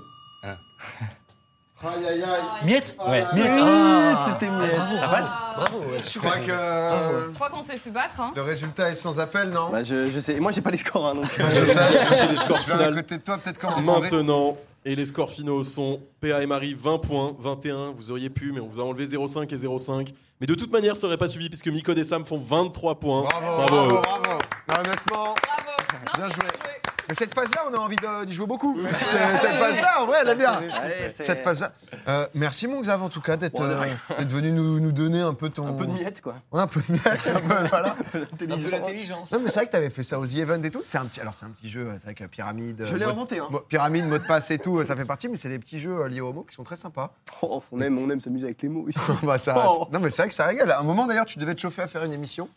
[SPEAKER 1] Aïe, aïe, aïe.
[SPEAKER 3] Miette.
[SPEAKER 5] Ouais.
[SPEAKER 3] Miette.
[SPEAKER 2] Ah,
[SPEAKER 3] Ah,
[SPEAKER 2] C'était miette.
[SPEAKER 3] bravo,
[SPEAKER 5] Ça
[SPEAKER 3] bravo,
[SPEAKER 5] passe
[SPEAKER 3] Bravo. ouais,
[SPEAKER 1] Je
[SPEAKER 3] super.
[SPEAKER 1] crois que euh,
[SPEAKER 4] Je crois qu'on s'est fait battre. Hein.
[SPEAKER 1] le résultat est sans appel, non
[SPEAKER 2] Bah, je, je sais. Moi, j'ai pas les scores, hein, donc.
[SPEAKER 1] Je sais,
[SPEAKER 6] J'ai les scores
[SPEAKER 1] je vais à
[SPEAKER 6] finaux.
[SPEAKER 1] côté de toi, peut-être quand
[SPEAKER 6] Maintenant, et les scores finaux sont PA et Marie 20 points, 21, vous auriez pu, mais on vous a enlevé 0,5 et 0,5. Mais de toute manière, ça aurait pas suivi puisque Micode et Sam font 23 points.
[SPEAKER 1] Bravo,
[SPEAKER 6] à
[SPEAKER 1] bravo,
[SPEAKER 6] eux.
[SPEAKER 1] bravo. Non, honnêtement,
[SPEAKER 4] Bravo. Non,
[SPEAKER 1] Bien
[SPEAKER 4] c'est
[SPEAKER 1] joué. mais cette phase-là, on a envie de- d'y jouer beaucoup. C'est- cette phase-là, en vrai, elle est bien.
[SPEAKER 2] Allez, c'est-
[SPEAKER 1] Cette phase-là. Euh, merci, mon Xav, en tout cas, d'être
[SPEAKER 2] Ouais, de
[SPEAKER 1] euh,
[SPEAKER 2] rien.
[SPEAKER 1] d'être venu nous, nous donner un peu ton.
[SPEAKER 2] Un peu de miette, quoi.
[SPEAKER 1] Ouais, un peu de miel, un peu, voilà.
[SPEAKER 3] De l'intelligence.
[SPEAKER 1] Non, mais c'est vrai que t'avais fait ça aux The Event et tout. C'est un petit, alors, c'est un petit jeu, euh, c'est vrai que pyramide.
[SPEAKER 2] Je
[SPEAKER 1] euh,
[SPEAKER 2] l'ai
[SPEAKER 1] mot-
[SPEAKER 2] inventé, hein.
[SPEAKER 1] mo- pyramide, mot de passe et tout, euh, ça fait partie, mais c'est des petits jeux euh, liés au mot qui sont très sympas.
[SPEAKER 2] Oh, on aime, on aime s'amuser avec les mots ici.
[SPEAKER 1] Bah, ça-
[SPEAKER 2] Oh.
[SPEAKER 1] Non, mais c'est vrai que ça régale. À un moment, d'ailleurs, tu devais te chauffer à faire une émission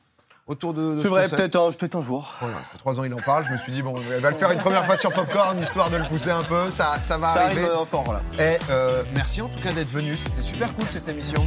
[SPEAKER 1] autour de. de ce
[SPEAKER 2] C'est vrai,
[SPEAKER 1] concept.
[SPEAKER 2] peut-être un, peut-être un jour.
[SPEAKER 1] Voilà, ça fait trois ans, il en parle. Je me suis dit, bon, elle va le faire une première fois sur Popcorn, histoire de le pousser un peu. Ça, ça va
[SPEAKER 2] Ça arrive
[SPEAKER 1] arriver.
[SPEAKER 2] euh, fort, voilà.
[SPEAKER 1] Et euh, merci en tout cas d'être venu. C'était super cool cette émission.